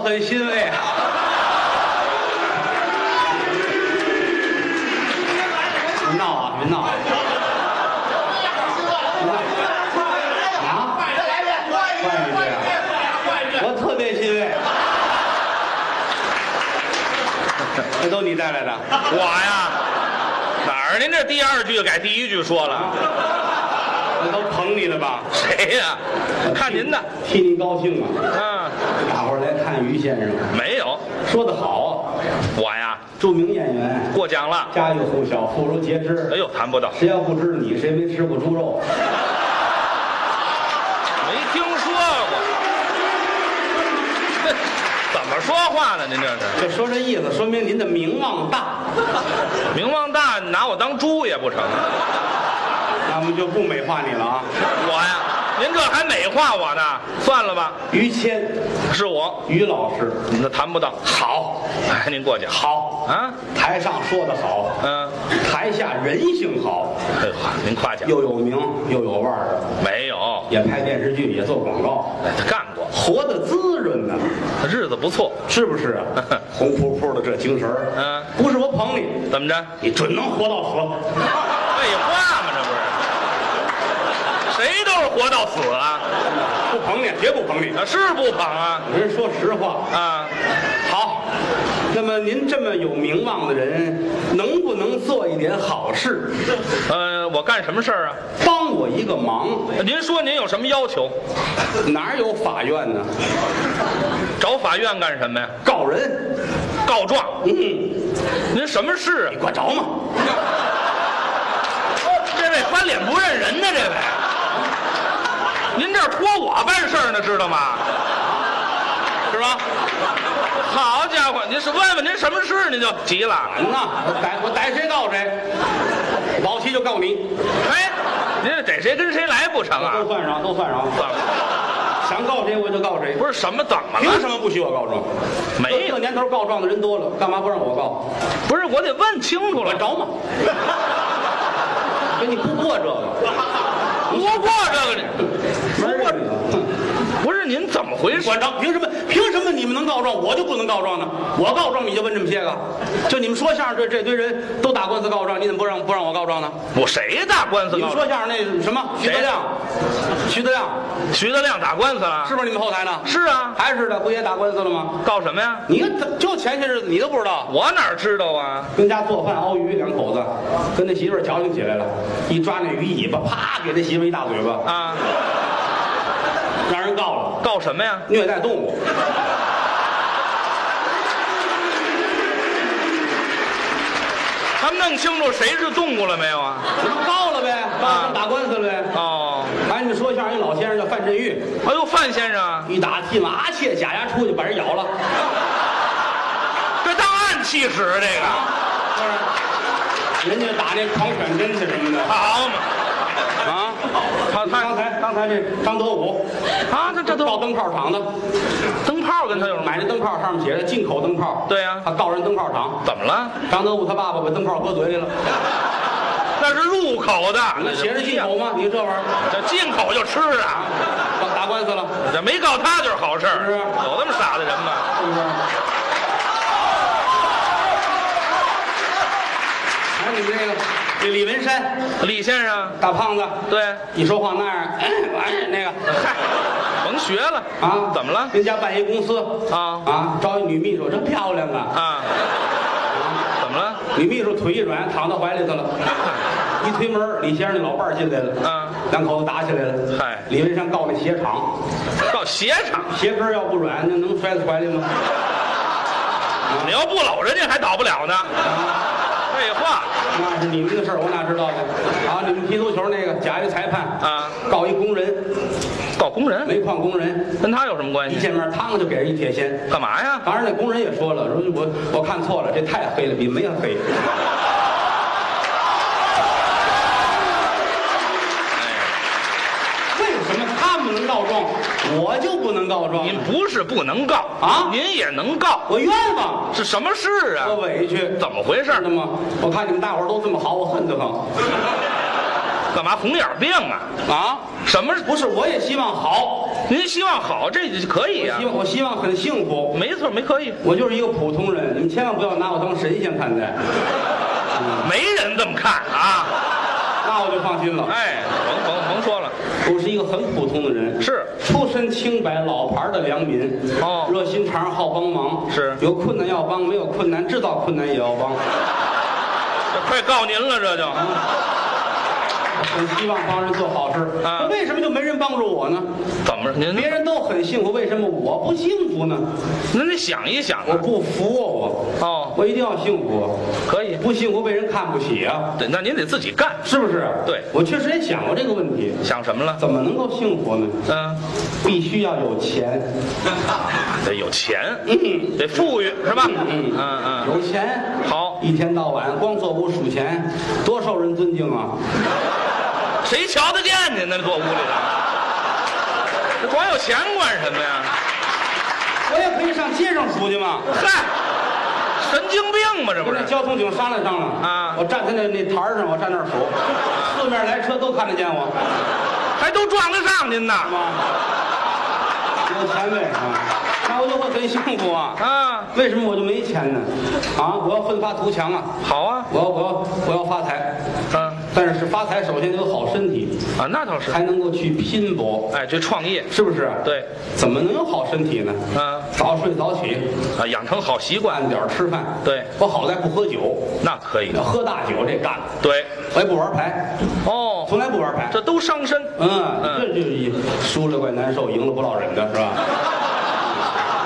很欣慰。别闹啊！别闹啊！啊！我特别欣慰。这都你带来的？我呀，哪儿？您这第二句改第一句说了，这都捧你的吧？谁呀？看您的，替您高兴啊！啊，大伙儿来看于先生，没有，说得好啊，我呀著名演员，过奖了。家喻户晓，妇孺皆知。哎呦，谈不到，谁要不知道你，谁没吃过猪肉？没听说过。哼怎么说话呢？您这是就说这意思，说明您的名望大，名望大，拿我当猪也不成。那么就不美化你了啊。我呀，您这还美化我呢？算了吧，于谦，是我，于老师，那谈不到。好，哎，您过奖。好，啊，台上说的好，嗯，台下人性好，哎呦，您夸奖又有名又有腕儿的，没有？也拍电视剧，也做广告，哎他干过，活得滋润呢，日子不错。是不是 啊？红扑扑的这精神儿，嗯不是我捧你，怎么着？你准能活到死。废话嘛，这不是？谁都是活到死啊？不捧你，绝不捧你。啊，是不捧啊？人说实话，啊，好，那么您这么有名望的人，能不能做一点好事，呃，我干什么事儿啊？帮我一个忙？您说您有什么要求？哪有法院呢？找法院干什么呀？告人，告状？嗯，您什么事啊你？管着吗？哦这位翻脸不认人呢，这位。您这儿托我办事儿呢，知道吗？是吧？好家伙，您是问问您什么事，您就急了。嗯呐，我逮我逮谁告谁，保齐就告你，哎，您这逮谁跟谁来不成啊 都？算上，都算上，怎么想告谁我就告谁。不是什么怎么凭了？什么不许我告状？没这有，年头告状的人多了，干嘛不让我告？不是我得问清楚了管。着吗？ 跟你不过这个，不过这个呢，没过这个。不是您怎么回事？馆长，凭什么？凭什么你们能告状，我就不能告状呢？我告状你就问这么些个？就你们说相声这这堆人都打官司告状，你怎么不让不让我告状呢？我谁打官司你们告说相声那什么徐德亮，徐德亮徐德亮打官司了？是不是你们后台呢？是啊，还是的，不也打官司了吗？告什么呀？你看，就前些日子你都不知道，我哪知道啊？跟家做饭熬鱼，两口子跟那媳妇儿矫情起来了，一抓那鱼尾巴，啪给那媳妇儿一大嘴巴，啊，让人告了告什么呀？虐待动物。他们弄清楚谁是动物了没有啊？这不告了呗，告上打官司了呗。哦，哎，你们说相声一老先生叫范振钰，哎呦，范先生，一打替麻雀假牙出去把人咬 了，这当暗器使啊这个，人家打那狂犬针去什么的好嘛？啊。他刚他才刚才这张德武啊，这这告都灯泡厂的，灯泡跟他有什么？买那灯泡上面写着进口灯泡，对啊呀他告人灯泡厂。怎么了？张德武他爸爸把灯泡搁嘴 里了，那是入口的，那写着进口吗？你这玩意儿这进口就吃啊，打打官司了，这没告他就是好事儿，是有这么傻的人吗？是不 是？还有你们这个这李文山李先生，啊大胖子，对，一说话那样，完事那个嗨，甭学了啊，怎么了？人家办一公司啊啊，招一女秘书，真漂亮啊！啊，怎么了？女秘书腿一软，躺到怀里头了。一推门，李先生那老伴儿进来了。啊，两口子打起来了。嗨李文山告那鞋厂，到鞋厂，鞋跟儿要不软，那能摔在怀里吗？ 你要不老人家还倒不了呢。废话，啊那是你们的事儿，我哪知道呢？啊，你们踢足球那个假一裁判啊，告一工人，告工人煤矿工人，跟他有什么关一系？见面，嘡就给人一铁锨。干嘛呀？当然，那工人也说了，说我我看错了，这太黑了，比煤还黑。哎，为什么他们能告状，我就不能告状呢？您不是不能告啊您也能告，我冤枉，是什么事啊我？委屈，怎么回事知？道吗？我看你们大伙儿都这么好，我恨得很干嘛红眼病啊？啊！什么？不是，我也希望好，您希望好，这就可以啊希。望我希望很幸福，没错，没可以，我就是一个普通人，你们千万不要拿我当神仙看待，没人这么看啊。那我就放心了。哎，甭甭甭说了，我是一个很普通的人，是出身清白，老牌的良民，哦热心肠，好帮忙，是有困难要帮，没有困难制造困难也要帮，这快告您了，这就很希望帮人做好事。啊为什么就没人帮助我呢？怎么着？您别人都很幸福，为什么我不幸福呢？您得想一想我啊。不服啊，我哦，我一定要幸福，可以，不幸福被人看不起啊，对，那您得自己干。是不是？对我确实也想过这个问题，想什么了？怎么能够幸福呢？嗯，必须要有钱，得有钱，嗯得富裕，是吧？嗯嗯嗯，有钱，好，一天到晚光坐屋数钱，多受人尊敬啊！谁瞧得见您呢？坐屋里头，这光有钱管什么呀？我也可以上街上数去嘛。嗨，神经病吧，这不跟是那？交通警商量商量啊我站在那那台儿上，我站那儿数，四面来车都看得见我，还都撞得上您呢？是吗？有钱呗啊，那我就会很幸福啊！啊，为什么我就没钱呢？啊，我要奋发图强啊！好啊，我要我要我要发财，嗯但是发财首先得有好身体，啊，那倒是，才能够去拼搏，哎，这创业，是不是？，对，怎么能有好身体呢？啊早睡早起，啊，养成好习惯，按点儿吃饭。对我好在不喝酒，那可以，喝大酒这干了。对，我也不玩牌，哦，从来不玩牌。这都伤身，嗯，嗯这就一输了怪难受，赢了不落忍的是吧？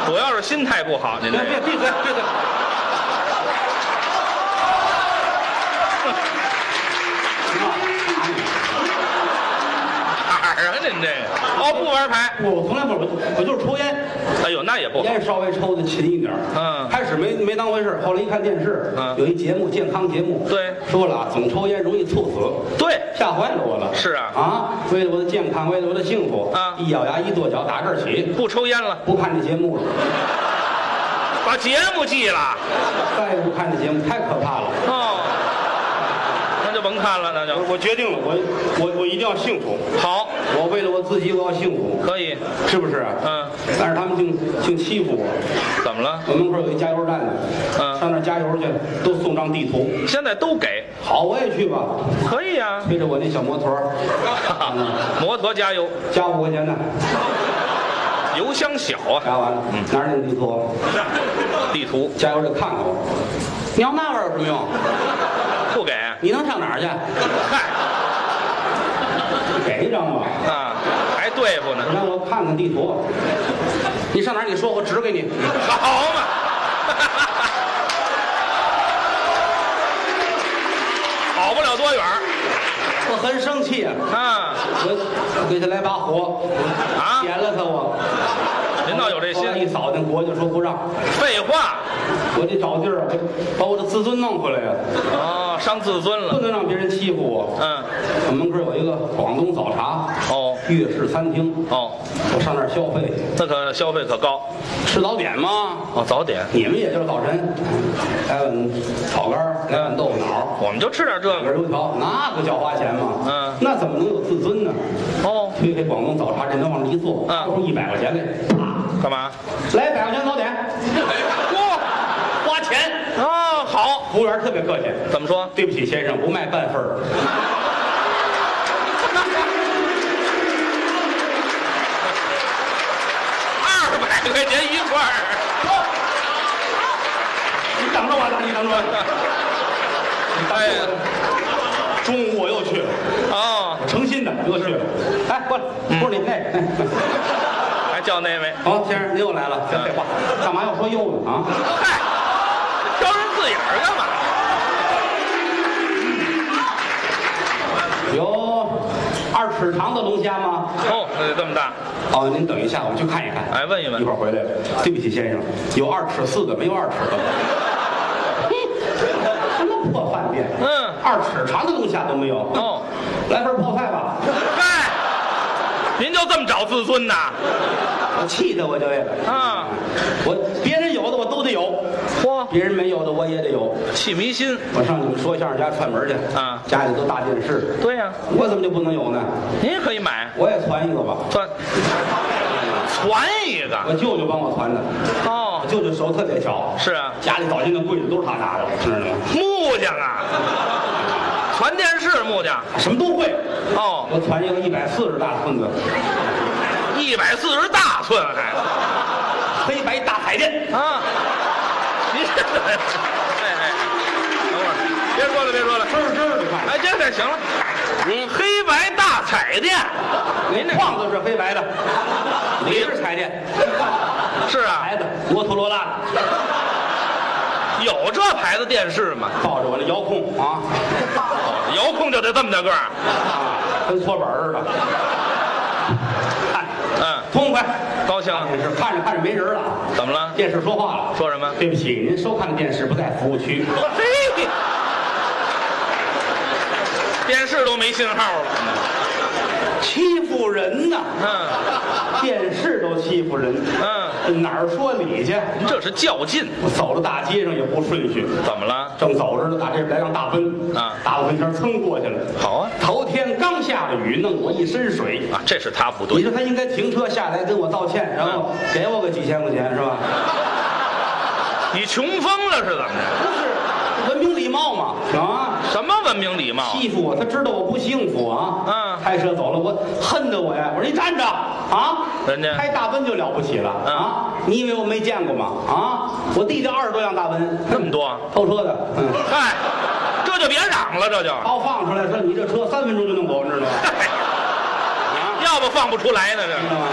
主要是心态不好，您别这别个闭嘴闭嘴！哪儿啊？您这个哦，不玩牌，我我从来不我我就是抽烟，哎呦，那也不好，烟稍微抽的勤一点儿。嗯开始没没当回事儿，后来一看电视，嗯有一节目健康节目，对说了啊，总抽烟容易猝死，对，吓坏了我了。是啊啊，为了我的健康，为了我的幸福，啊一咬牙一跺脚，打这儿起不抽烟了，不看这节目了，把节目记了。再也不看这节目，太可怕了。哦，那就甭看了，那就呃我我决定了，我我我一定要幸福，好，我为了我自己，我要幸福，可以，是不是啊？嗯，但是他们净净欺负我。怎么了？我门口有一加油站的，嗯上那儿加油去，都送张地图。现在都给，好，我也去吧，可以啊。 推着我那小摩托儿，嗯摩托加油，加五块钱呢，油箱小啊，加完了，拿着那个地图，地图加油站看看我。你要那玩意儿有什么用？不给，你能上哪儿去？嗨给一张吧，啊，还对付呢，让我看看地图。你上哪儿？你说我指给你。好嘛。 跑不了多远儿我很生气啊，啊我给他来把火，啊！点了他我。您倒有这后来一心，扫那国家说不让，废话我得找地儿，我把我的自尊弄回来呀、哦，伤自尊不了。能让别人欺负我。嗯，我门口有一个广东早茶，哦粤式餐厅，哦，我上那儿消费，那可消费可高吃早点嘛。哦，早点。你们也就是早晨，来碗炒肝儿，来碗豆腐脑，我们就吃点这两个根油条，那不叫花钱吗？嗯那怎么能有自尊呢？哦，推开广东早茶这门往这一坐，嗯掏出一百块钱来，干嘛？来一百块钱 早点，哇花钱。啊，好，服务员特别客气，怎么说？对不起先生，不卖半份儿。二百块钱一块儿，你等着我，你等着我。哎呀，中午我又去了，哦，诚心的又去了。哎，过来，不是你那那。还叫那位，好、先生，您又来了，别废话，干嘛要说又呢？啊，嗨，挑人字眼儿干嘛？有二尺长的龙虾吗？哦，那就这么大，哦，您等一下，我去看一看。哎，问一一问会，儿回来了。对不起，先生，有二尺四的，没有二尺的。哼 什么破饭店？嗯二尺长的龙虾都没有。哦， 来份泡菜吧。嗨，您就这么找自尊呐？我气得我就累了。啊，我别人有的我都得有，嚯，别人没有的我也得有。气迷心，我上你们说相声家串门去。啊家里都大电视，对呀、我怎么就不能有呢？您也可以买，我也传一个吧。算，传一我个。舅舅帮我传的，我哦，舅舅手特别巧，是啊家里早先的柜子都是他拿的，知道吗？木匠啊，传电视木匠。什么都会。哦，我传一个一百四十大寸的一百四十大寸还黑白大彩电， 啊？你这，哎哎，等会儿，别说了，别说了。吱吱的看。哎，这这行了，你嗯黑白大彩电，您这框子是黑白的，里边是彩电，是啊，牌子摩托罗拉的有这牌子电视吗？抱着我那遥控啊，遥控哦就得这么大个儿，啊跟搓板儿似的，看嗯，痛快。高兴看电视看着看着没人了，怎么了？电视说话了，说什么？对不起，您收看的电视不在服务区。嘿，电视都没信号了，欺负人 呐！嗯电视都欺负人，嗯，哪儿说理去？您这是较劲，我走到大街上也不顺序，怎么了？正走着呢，打这边来辆大奔啊大奔天噌过去了。好啊，头天刚下了雨，弄我一身水。啊，这是他不你对，说他应该停车下来跟我道歉，然后给我个几千块钱是吧？你穷疯了是怎么着？不是，文明礼貌嘛啊！什么文明礼貌？欺负我，他知道我不幸福啊！嗯开车走了，我恨得我呀！我说你站着啊！人家开大奔就了不起了、嗯啊！你以为我没见过吗？啊！我弟弟二十多辆大奔，那么多，偷车的，嗯，嗨，这就别嚷了，这就，把我放出来说你这车三分钟就弄走，你 知道吗？啊，要不放不出来呢，知这道吗？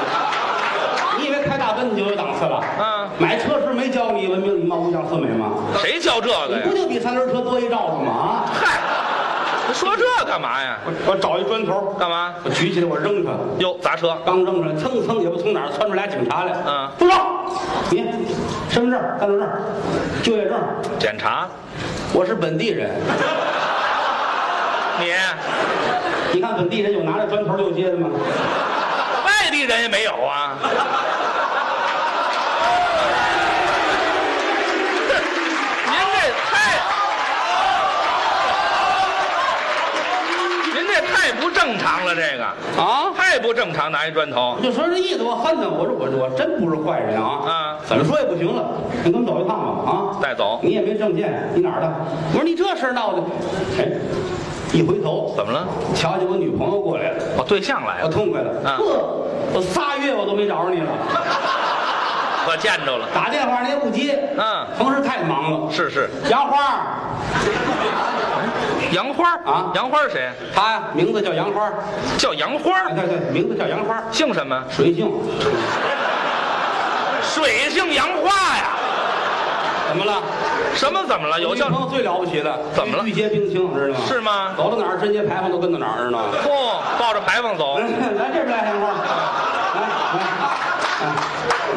你以为开大奔你就有档次了？嗯，买车时没教你文明礼貌、五讲四美吗？谁教这你个呀不？就比三轮车多一罩子吗？啊！嗨，说这干嘛呀？我我找一砖头，干嘛？我举起来，我扔它，哟，砸车！刚扔上，蹭蹭也不从哪儿窜出俩警察来。嗯住手！你身份证、三轮证、就业证，检查我是本地人。你，你看本地人有拿着砖头溜街的吗？外地人也没有啊？ 您这太，您这太不正常了，这个啊！太不正常，拿一砖头我就说这意思，我恨他，我说我我真不是坏人啊，嗯怎么说也不行了，你跟我们走一趟吧啊！带走，你也没证件，你哪儿的？我说你这事儿闹的，哎，一回头，怎么了？瞧见我女朋友过来了。哦，对象来我了，痛快了，啊呵，我仨月我都没找着你了，可见着了，打电话你也不接，嗯平时太忙了。是是，杨花儿，杨花啊杨花谁？她呀名字叫杨花儿，叫杨花哎对对，名字叫杨花儿，姓什么？水性，水性杨花呀。怎么了？什么怎么了？啊有叫交朋友最了不起的，怎么了玉洁冰清，知道吗？是吗？走到哪儿贞节牌坊都跟到哪儿，知道吗？嚯、抱着牌坊走来，来这边来，杨花儿，来来，哎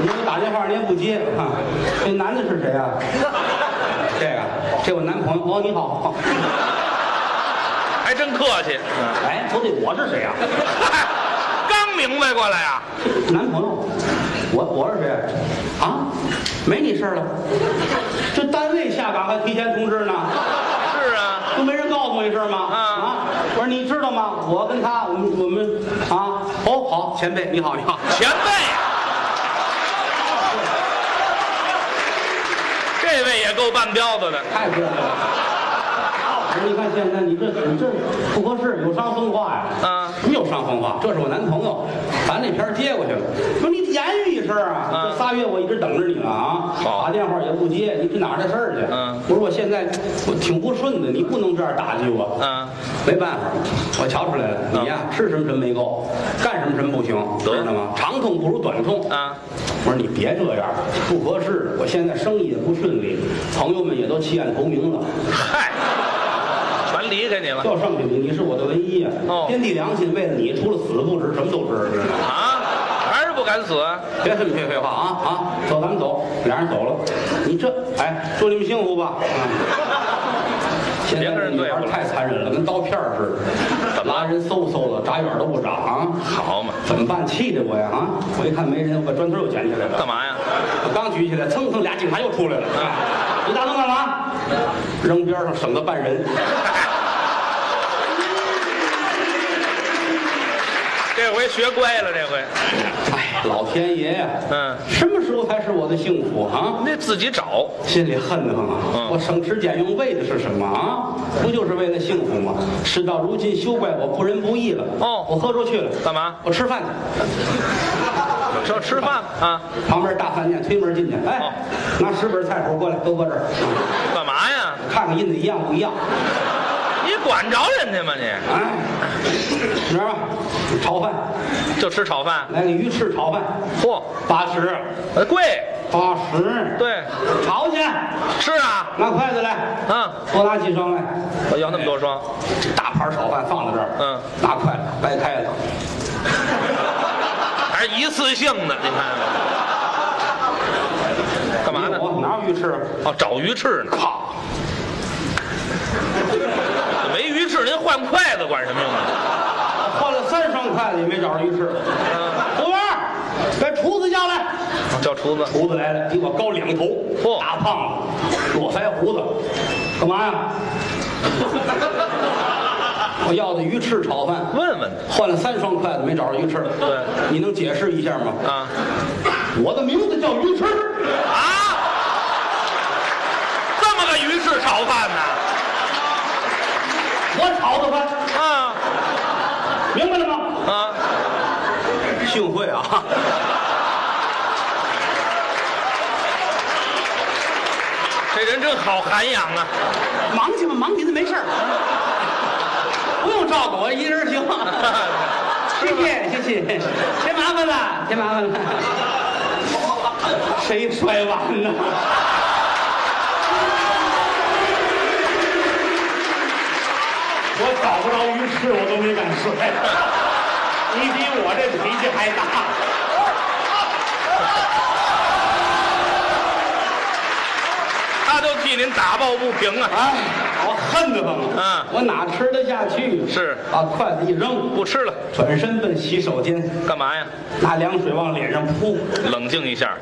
你给我打电话你也不接，啊这男的是谁啊？这个，这我男朋友。哦，你好。哦还真客气。哎，不对，我是谁呀、啊？嗨， 刚明白过来啊呀、男朋友，我我是谁啊？没你事儿了，这单位下岗还提前通知呢，是啊，都没人告诉我一声吗？啊我说你知道吗？我跟他，我们我们啊，哦好，前辈你好你好，前辈。这位也够半彪子的，太客气了。我说你看现在你这你这不合适，有伤风化呀。啊什么有伤风化？这是我男朋友，咱那片儿接过去了。说你言语一声啊，嗯这仨月我一直等着你了啊，好打电话也不接，你这哪儿的事儿去？嗯我说我现在我挺不顺的，你不能这样打击我。嗯，没办法，我瞧出来了，你呀、吃什么什么没够，干什么什么不行，得知道吗？长痛不如短痛啊！我说你别这样，不合适。我现在生意也不顺利，朋友们也都弃暗投明了，嗨，全离开你了要剩下你，你是我的唯一啊！哦天地良心，为了你，除了死不值，什么都值，知道吗？啊，还是不敢死啊？别这么些废话啊啊！走，咱们走。俩人走了，你这哎，祝你们幸福吧。嗯现在别跟这人女对付孩了太残忍了，跟刀片儿似的，拉人嗖嗖的，眨眼都不眨啊！好嘛，怎么办？气的我呀啊！我一看没人，我把砖头又捡起来了。干嘛啊呀？我刚举起来，蹭蹭俩警察又出来了。哎你打算干嘛？扔边上，省得绊人。这回学乖了，这回哎呀，老天爷呀、嗯什么时候才是我的幸福啊？那自己找。心里恨得慌啊！嗯我省吃俭用为的是什么啊？不就是为了幸福吗？事到如今，休怪我不仁不义了。哦我喝出去了，干嘛我吃饭去。这吃饭啊？旁边大饭店推门进去，哎，哦拿十本菜谱过来，都搁这儿，干嘛呀？看看印的一样不一样。你管着人家吗你？哎，明儿吧，炒饭，就吃炒饭？来个鱼翅炒饭，嚯，八十，呃贵。八十，，对，炒去，是啊，拿筷子来，啊，多拿几双来。我哎要那么多双，这大盘炒饭放在这儿，嗯，拿筷子掰开了，还是一次性的，你看干嘛呢？我哪有鱼翅啊？哦，找鱼翅呢？咔，没鱼翅，您换筷子管什么用啊？换了三双筷子也没找着鱼翅。啊服务员，把厨子叫来。叫厨子，厨子来了，比我高两头，嚯大胖子，络腮胡子，干嘛呀？我要的鱼翅炒饭，问问换了三双筷子没找着鱼翅。对，你能解释一下吗？他啊我的名字叫鱼翅，啊，这么个鱼翅炒饭呢？我炒的饭，啊明白了吗？啊，幸会啊！这人真好涵养 啊！忙去吧，忙您的没事儿，不用照顾我，一人行。谢谢谢谢，添麻烦了，添麻烦了。谁摔碗呢？我找不着鱼翅，我都没敢摔。你比我这脾气还大。他都替您打抱不平啊！哎，我恨得慌。嗯我哪吃得下去？是把筷子一扔，不吃了，转身奔洗手间。干嘛呀？拿凉水往脸上扑，冷静一下，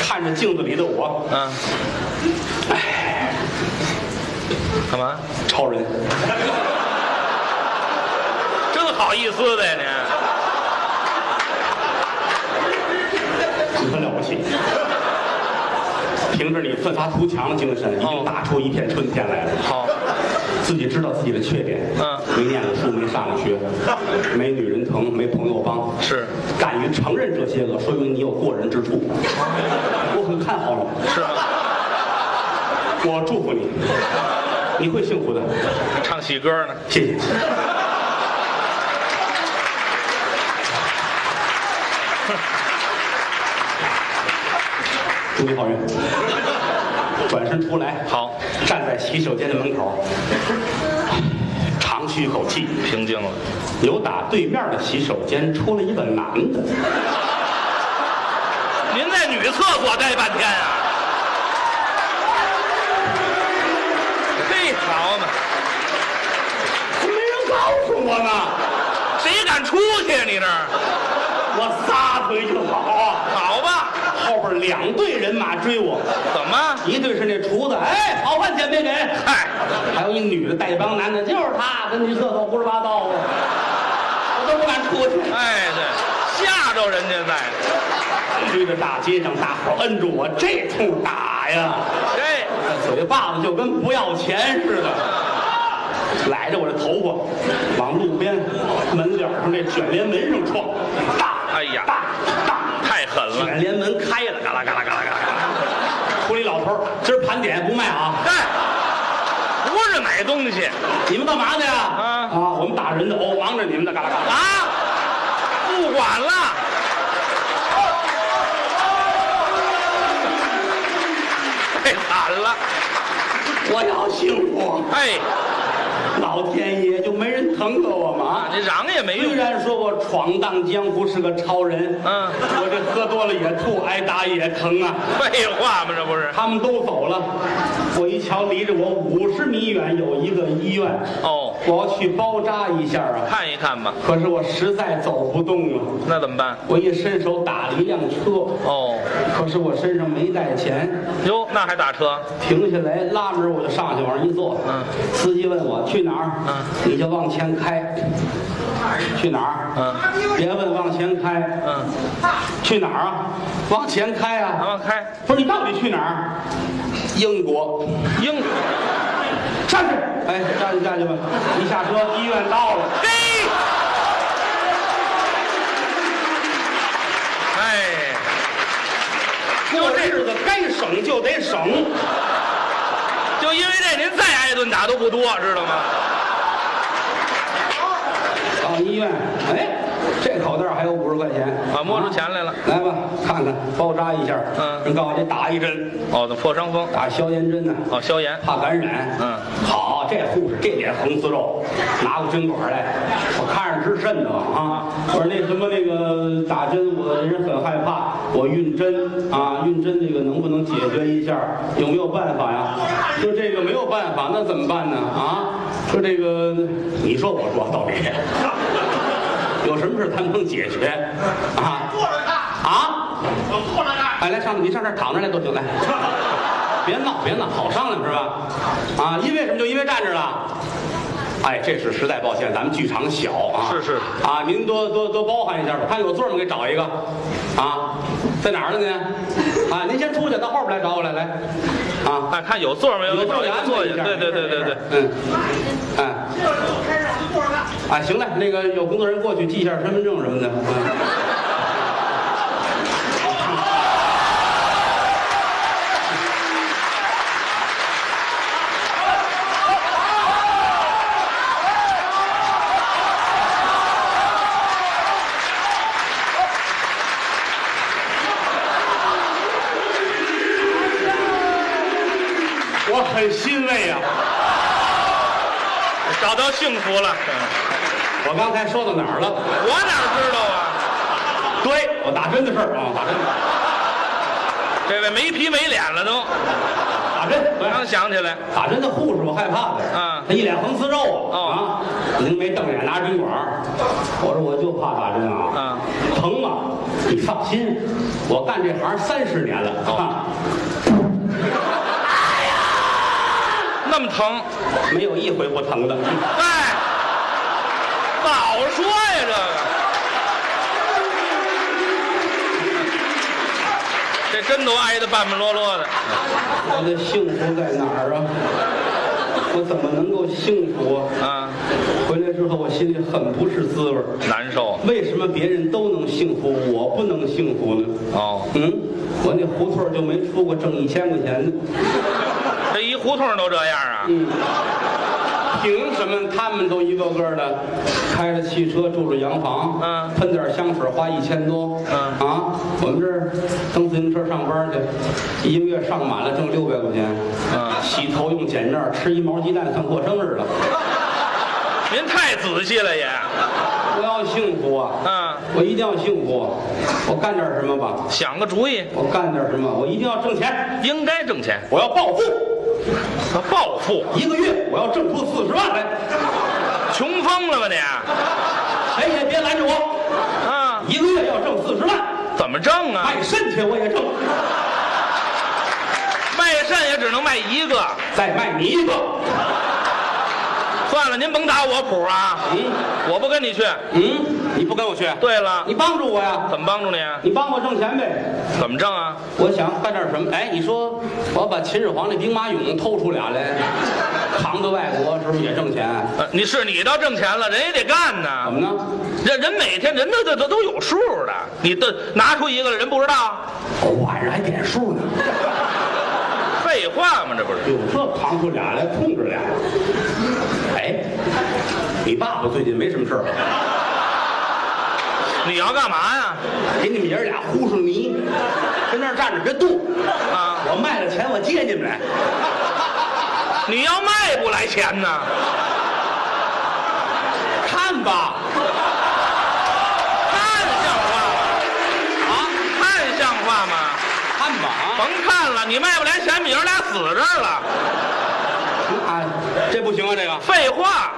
看着镜子里的我，啊，哎干嘛？超人，真好意思的呀你很了不起。 凭着你奋发图强的精神，已哦经打出一片春天来了。你！好，自己知道自己的缺点，嗯没念过书，没上过 学，没女人疼，没朋友帮，是敢于承认这些个，说明你有过人之处。我很看好你，是吗？ 我祝福你，你会幸福的。唱喜歌呢？谢谢。 祝你好运。转身出来，好，站在洗手间的门口，长吁一口气。平静了，扭打对面的洗手间出来一个男的，您在女厕所待半天啊？嘿，好嘛，没人告诉我呢，谁敢出去啊？你这儿我撒腿就跑，好吧？后边两队人马追我，怎么？一队是那厨子，哎，好饭钱没给，嗨，还有一女的带一帮男的，就是他跟女厕所胡说八道，啊我都不敢出去。哎，对，吓着人家在。追着大街上，大伙摁住我，这通打呀，这嘴巴子就跟不要钱似的，揽着我这头发往路边门脸上那卷帘门上撞，大哎呀大大，太狠了！卷帘门开了，嘎啦嘎啦嘎啦嘎啦嘎啦，出来一老头儿，今儿盘点不卖啊，哎，不是买东西你们干嘛的呀？啊啊，我们打人的，哦，忙着你们的，嘎啦嘎啦。啊，不管了。太惨了！我要幸福，哎，老天爷就没人疼过我吗？你嚷也没虽用。然说我闯荡江湖是个超人，嗯我这喝多了也吐，挨打也疼啊。废话嘛，这不是？他们都走了，我一瞧，离着我五十米远有一个医院，哦，我要去包扎一下啊。看一看吧。可是我实在走不动了，那怎么办？我一伸手打了一辆车，哦，可是我身上没带钱，哟，那还打车？停下来拉门我就上去往上一坐。嗯司机问我去哪儿，嗯你就往前前开，去哪儿？嗯，别问，往前开，嗯，去哪儿啊？往前开往啊！往开，不是你到底去哪儿？英国，英国，下去！哎，下去下去吧！一下车，医院到了。嘿，哎，过日子该省就得省，就因为这，您再挨顿打都不多，知道吗？到医院，哎，这口袋还有五十块钱啊，摸出钱来了。来吧，看看包扎一下。嗯人告诉你打一针，哦，那破伤风，打消炎针呢、哦，消炎，怕感染。嗯，好，这护士这脸横丝肉，拿过针管来，我看着直瘆得慌啊！我说那什么那个打针，我人很害怕，我晕针啊，晕针这个能不能解决一下？有没有办法呀？说这个没有办法，那怎么办呢？啊，说这个你说我说到底， 有什么事咱们能解决啊？坐着看，啊？我坐着看。哎，来上，你上这儿躺着来都行，来，别闹，别闹，好商量是吧？啊，因为什么就因为站着了。哎，这是实在抱歉，咱们剧场小啊。是是。啊，您多多多包涵一下吧，看有座儿吗？给找一个。啊，在哪儿呢您？啊，您先出去，到后边来找我来来。啊，哎，看有座没有？有座儿找给一安个排坐一下。对对对没事对对，。没事嗯，哎。这就开始坐着看。啊，行了，那个有工作人员过去记一下身份证什么的。嗯。我很欣慰啊！找到幸福了。嗯我刚才说到哪儿了？我哪知道啊？对，我打针的事儿啊，打针，这位没皮没脸了都，打针，对刚想起来，打针的护士我害怕的，哎嗯他一脸横丝肉啊哦，啊，您没瞪眼拿针管儿，我说我就怕打针嗯啊，疼吗？你放心，我干这行三十年了哦啊，那么疼，没有一回不疼的，哎，早说呀这个，这针都挨得半半落落的。我的幸福在哪儿啊？我怎么能够幸福啊？啊，回来之后我心里很不是滋味儿，难受为什么别人都能幸福，我不能幸福呢？哦，嗯，我那胡同儿就没出过挣一千块钱的。这一胡同都这样啊？嗯，凭什么他们都一个个的开着汽车住着洋房？嗯喷点香水花一千多。嗯啊，我们这儿蹬自行车上班去，一个月上满了挣六百块钱。嗯 洗头用碱面儿，吃一毛鸡蛋算过生日了。您太仔细了也，我要幸福啊！啊，我一定要幸福啊！我干点什么吧？想个主意，我干点什么？我一定要挣钱！应该挣钱，我要暴富！他暴富，一个月我要挣出四十万来！穷疯了吧你？谁也哎别拦着我！啊，一个月要挣四十万，怎么挣啊？卖肾去我也挣，卖肾也只能卖一个。再卖你一个。算了，您甭打我谱啊，嗯我不跟你去。嗯，你不跟我去？对了，你帮助我呀，怎么帮助你？啊你帮我挣钱呗。怎么挣啊？我想干点什么？哎，你说我把秦始皇那兵马俑偷出俩来，扛到外国是不是也挣钱？啊呃你是你倒挣钱了，人也得干怎呐。么呢？人人每天人都都都都有数的，你都拿出一个来，人不知道？我晚上还点数呢。废话嘛，这不是？哟，这扛出俩来，控制俩。哎，你爸爸最近没什么事儿吧？你要干嘛呀？给你们爷儿俩呼噜泥，跟那儿站着别动。啊，我卖了钱，我接你们来。你要卖不来钱呢？看吧，看像话吗？啊，看像话吗？看吧啊。甭看了，你卖不来钱，你爷俩死这儿了。啊，这不行啊，这个废话，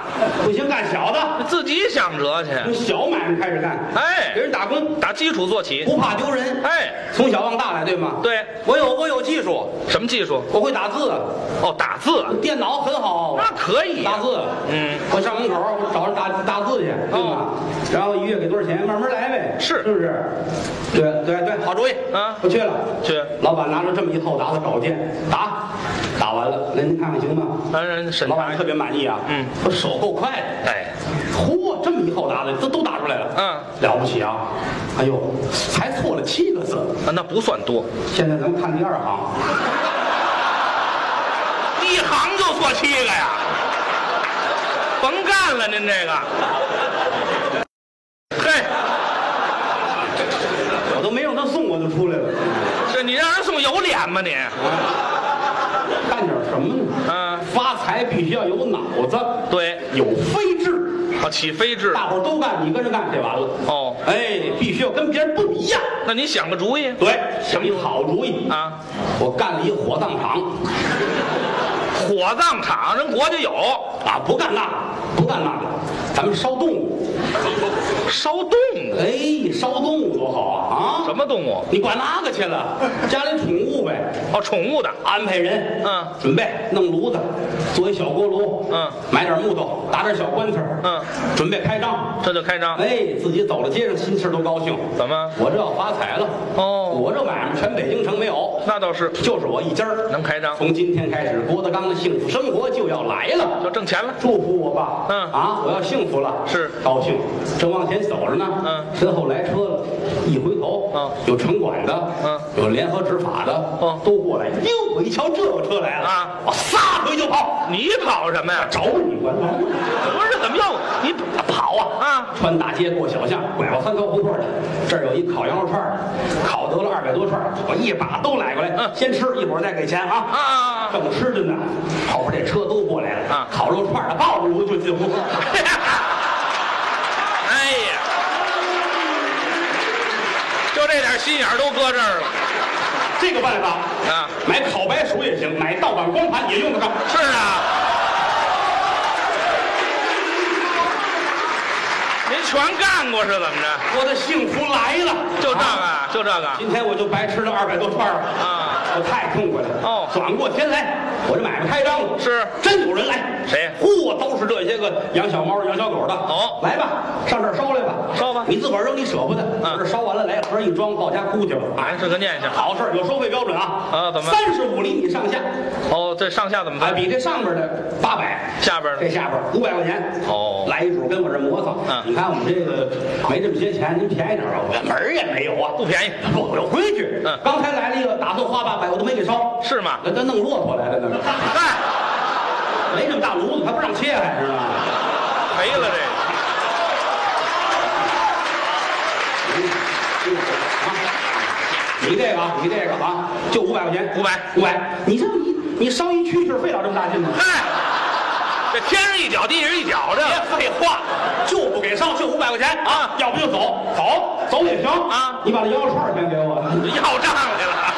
不行干小的，自己想辙去。从小买卖开始干，哎给人打工打基础做起。不怕丢人，哎，从小往大来，对吗？，对，我有我有技术，什么技术？我会打字，哦，打字，电脑很好，那可以呀打字。嗯，我上门口儿我找人打打字去，对吧？然后一月给多少钱，慢慢来呗，哦是是不是？对对对，好主意啊我去了。去，老板拿出这么一套沓子稿件，打，打完了，来您看看行吗？让人审老查板一特下。别满意啊，嗯，我手够快的，哎，嚯，这么一厚沓子都都打出来了，嗯，了不起啊！哎呦，还错了七个字，啊那不算多，现在咱们看第二行，一行就错七个呀，甭干了，您这个。嘿，我都没让他送，我就出来了， 这你让人送有脸吗你？干点什么呢？嗯发财必须要有脑子，对，有飞智，啊，起飞制。大伙儿都干，你跟着干，这完了。哦，哎，必须要跟别人不一样。那你想个主意对，想一好主意！啊？我干了一火葬场。火葬场人国家有啊，不干那个，不干那个，咱们烧动物。烧啊动物，哎，烧动物多好啊！啊，什么动物？你管那个去了？家里宠物呗，哦，宠物的。安排人，嗯准备弄炉子，做一小锅炉，嗯，买点木头，打点小棺材，嗯，准备开张。这就开张。哎，自己走到街上，心气儿都高兴。怎么？我这要发财了！哦我这买卖全北京城没有，那倒是，就是我一家儿能开张从今天开始，郭德纲的幸福生活就要来了。就挣钱了。祝福我吧。嗯啊，我要幸福了，是高兴。正往前走着呢，嗯身后来车了，一回头，嗯有城管的，嗯有联合执法的，嗯都过来。哟，我一瞧这有车来了，啊我撒腿就跑，你跑什么呀？找你管他。不是怎么又你跑啊啊？穿大街过小巷，拐过三条胡同去。这儿有一烤羊肉串儿，烤得了二百多串儿，我一把都揽过来，嗯先吃，一会儿再给钱啊。啊啊啊正吃着呢，后边这车都过来了，啊烤肉串儿的抱着我就进屋。 哎呀，就这点心眼儿都搁这儿了这个办法啊！买烤白薯也行，买盗版光盘也用得上。是啊，您全干过是怎么着？我的幸福来了，就这啊个，就这个今天我就白吃了二百多串了啊！我太痛快了。哦转过天来，我这买卖开张了，是真有人来。谁嚯，都是这些个养小猫、养小狗的。哦来吧，上这儿烧来吧，烧吧你自个儿扔，你舍不得。嗯我这烧完了，来盒一装，到家哭去吧。还是个念想。好事儿有收费标准啊。啊怎么三十五厘米上下，哦，这上下怎么啊，办？比这上边的八百，下边这呢？下边五百块钱哦来一主跟我这磨蹭。嗯你看我们这个没这么些钱，您便宜点吧，我门儿也没有啊，不便宜，不，我有规矩。嗯刚才来了一个，打算花八百，我都没给烧，是吗？哎那他弄骆驼来了，那是嗨，没这么大炉子，他不让切还是吧？ 赔了这啊你这个啊，你这个啊，就五百块钱，五百五百，你这你你烧一蛐蛐费老这么大劲吗个。？嗨，这天上一脚，地上一脚的。废话，就不给烧，就五百块钱啊要不就走，走走也行啊你把那羊肉串儿先给我。要账来了。